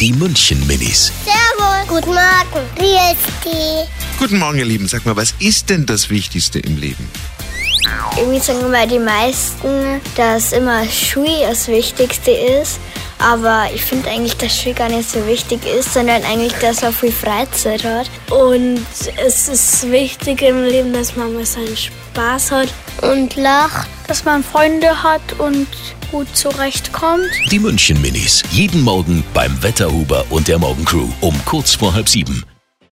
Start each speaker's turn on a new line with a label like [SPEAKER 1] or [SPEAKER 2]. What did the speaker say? [SPEAKER 1] Die München Minis.
[SPEAKER 2] Servus. Guten Morgen. Wie ist die?
[SPEAKER 3] Guten Morgen, ihr Lieben. Sag mal, was ist denn das Wichtigste im Leben?
[SPEAKER 4] Irgendwie sagen immer die meisten, dass immer Schuhe das Wichtigste ist. Aber ich finde eigentlich, dass Schuhe gar nicht so wichtig ist, sondern eigentlich, dass man viel Freizeit hat.
[SPEAKER 5] Und es ist wichtig im Leben, dass man mal seinen Spaß hat
[SPEAKER 6] und lacht, dass man Freunde hat und gut zurechtkommt.
[SPEAKER 1] Die München Minis. Jeden Morgen beim Wetterhuber und der Morgencrew um kurz vor halb sieben.